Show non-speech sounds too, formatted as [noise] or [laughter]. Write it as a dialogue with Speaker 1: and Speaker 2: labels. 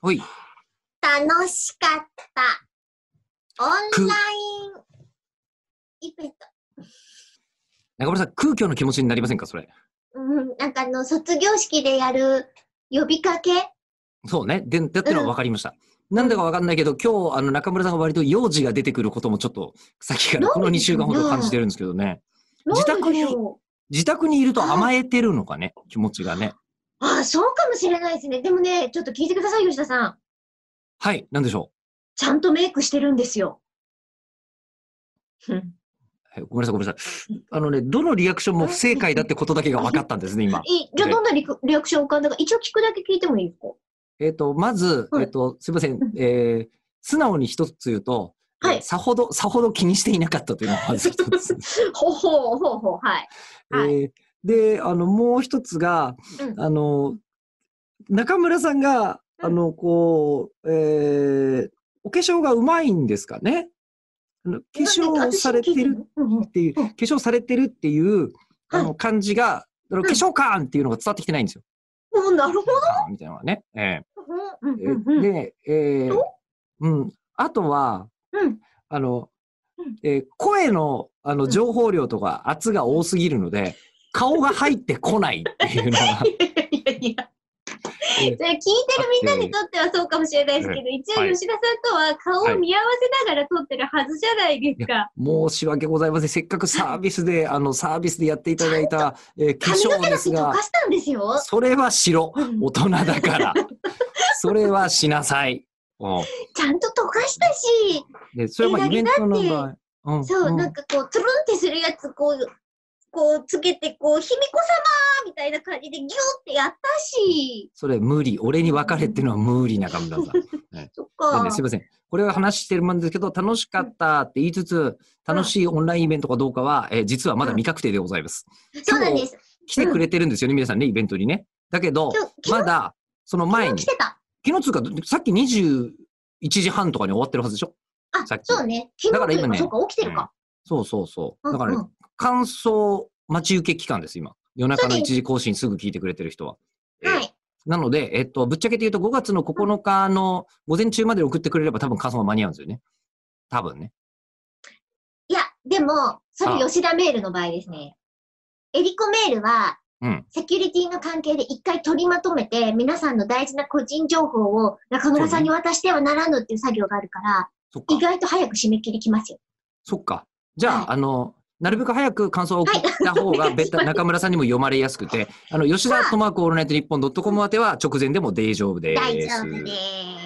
Speaker 1: ほい。
Speaker 2: 楽しかった。オンラインイベント。
Speaker 1: 中村さん、空虚の気持ちになりませんかそれ。
Speaker 2: うん、なんかあの、卒業式でやる呼びかけ
Speaker 1: そうね。で、だってのは分かりました。なんだか分かんないけど、今日、あの、中村さんが割と幼児が出てくることもちょっと、さっきからこの2週間ほど感じてるんですけどね。自宅に
Speaker 2: なんでしょう
Speaker 1: 自宅にいると甘えてるのかね、気持ちがね。
Speaker 2: ああ、そうかもしれないですね。でもね、ちょっと聞いてください、吉田さん。
Speaker 1: はい、なんでしょ
Speaker 2: ちゃんとメイクしてるんですよ。うん
Speaker 1: う。はいごめんなさい、ごめんなさい。あのね、どのリアクションも不正解だってことだけが分かったんですね、今。
Speaker 2: いいじゃあ、
Speaker 1: で
Speaker 2: どんなリクリアクション浮かんだか、一応聞くだけ聞いてもいいですか
Speaker 1: えっ、と、まず、
Speaker 2: はい
Speaker 1: えっ、と、すいません、えー、素直に一つ言うと、
Speaker 2: は
Speaker 1: [laughs]
Speaker 2: い
Speaker 1: えーさほど、さほど気にしていなかったというのがまず一つ。
Speaker 2: ほうほうほうほう、はい。はい
Speaker 1: えーで、あの、もう一つが、
Speaker 2: うん
Speaker 1: あの、中村さんが、
Speaker 2: うん
Speaker 1: あの、こう、えーお化粧がうまいんですかねあの化粧をされてる
Speaker 2: うんうん
Speaker 1: っていう、
Speaker 2: う
Speaker 1: 化
Speaker 2: ん
Speaker 1: 粧されてるっていう、あ
Speaker 2: は
Speaker 1: の、感じが、あの
Speaker 2: ん
Speaker 1: 化粧感っていうのが伝わってきてないんですよ。
Speaker 2: もうなるほど。
Speaker 1: 感みたいなのがね。ええ
Speaker 2: うん
Speaker 1: え
Speaker 2: うんうんうん
Speaker 1: で、えーうん、あとは、
Speaker 2: うん
Speaker 1: あの
Speaker 2: うん、
Speaker 1: えー声のあ
Speaker 2: う
Speaker 1: の
Speaker 2: ん、
Speaker 1: 情報量とか圧が多すぎるので、顔が入ってこないっていうのは
Speaker 2: [laughs] いやいやいや。それ聞いてるみんなにとってはそうかもしれないですけど、一応
Speaker 1: はい
Speaker 2: 吉田さんとは顔を見合わせながら撮ってるはずじゃないですか。
Speaker 1: 申し訳ございません。せっかくサービスで、あの、サービスでやっていただいた、えー化
Speaker 2: 髪の
Speaker 1: 粧
Speaker 2: 毛
Speaker 1: で
Speaker 2: だ
Speaker 1: す
Speaker 2: け
Speaker 1: が
Speaker 2: 溶か、したんですよ。
Speaker 1: それは白。
Speaker 2: うん
Speaker 1: 大人だ
Speaker 2: [laughs]
Speaker 1: から。それはしなさい。うん
Speaker 2: ちゃんと溶かしたし、
Speaker 1: で、それはまあイベントの場合。ん
Speaker 2: そう、
Speaker 1: ん
Speaker 2: なんかこう、トゥルンってするやつ、こう、こうつけて、こう、卑弥呼様みたいな感じでギュってやったし、
Speaker 1: それ無理。俺に別れっていうのは無理、中村さん。
Speaker 2: そっ
Speaker 1: なん
Speaker 2: か
Speaker 1: で、すいません。これは話してるもんですけど、楽しかったって言いつつ、楽しいオンラインイベントかどうかは、えー実はまだ未確定でございます。
Speaker 2: そうなんです。
Speaker 1: 来てくれてるんですよね、皆さんね、イベントにね。だけど
Speaker 2: 今、日、
Speaker 1: ま
Speaker 2: 昨
Speaker 1: だ、その前
Speaker 2: 日
Speaker 1: に
Speaker 2: 来、てた。
Speaker 1: 昨日つうか、さっき21時半とかに終わってるはずでしょ
Speaker 2: あ
Speaker 1: さっ、き
Speaker 2: そうね。昨
Speaker 1: だか
Speaker 2: 日
Speaker 1: ら
Speaker 2: と
Speaker 1: 今
Speaker 2: いうか、
Speaker 1: ね
Speaker 2: そうか、起きてるか。
Speaker 1: そうそうそう。だか
Speaker 2: う
Speaker 1: ら
Speaker 2: んう
Speaker 1: ね
Speaker 2: ん、
Speaker 1: 感想待ち受け期間です、今。夜中の
Speaker 2: そう
Speaker 1: 1
Speaker 2: です
Speaker 1: 時更新すぐ聞いてくれてる人は。えー
Speaker 2: はい。
Speaker 1: なので、えっと、ぶっちゃけて言うと5月の9日の午前中まで送ってくれれば多分感想が間に合うんですよね。多分ね。
Speaker 2: いや、でも、それ吉田メールの場合ですね。エリコメールは、
Speaker 1: うん。
Speaker 2: セキュリティの関係で一回取りまとめて、皆さんの大事な個人情報を中村さんに渡してはならぬっていう作業があるから、
Speaker 1: そっか
Speaker 2: 意。外と早く締め切りきますよ。
Speaker 1: そっか。じゃあ、
Speaker 2: はい
Speaker 1: あの、なるべく早く感想を送った方が、別途中村さんにも読まれやすくて、あの、吉田とマークオールナイトニッポンドットコム宛ては直前でも大丈夫です。
Speaker 2: 大丈夫です。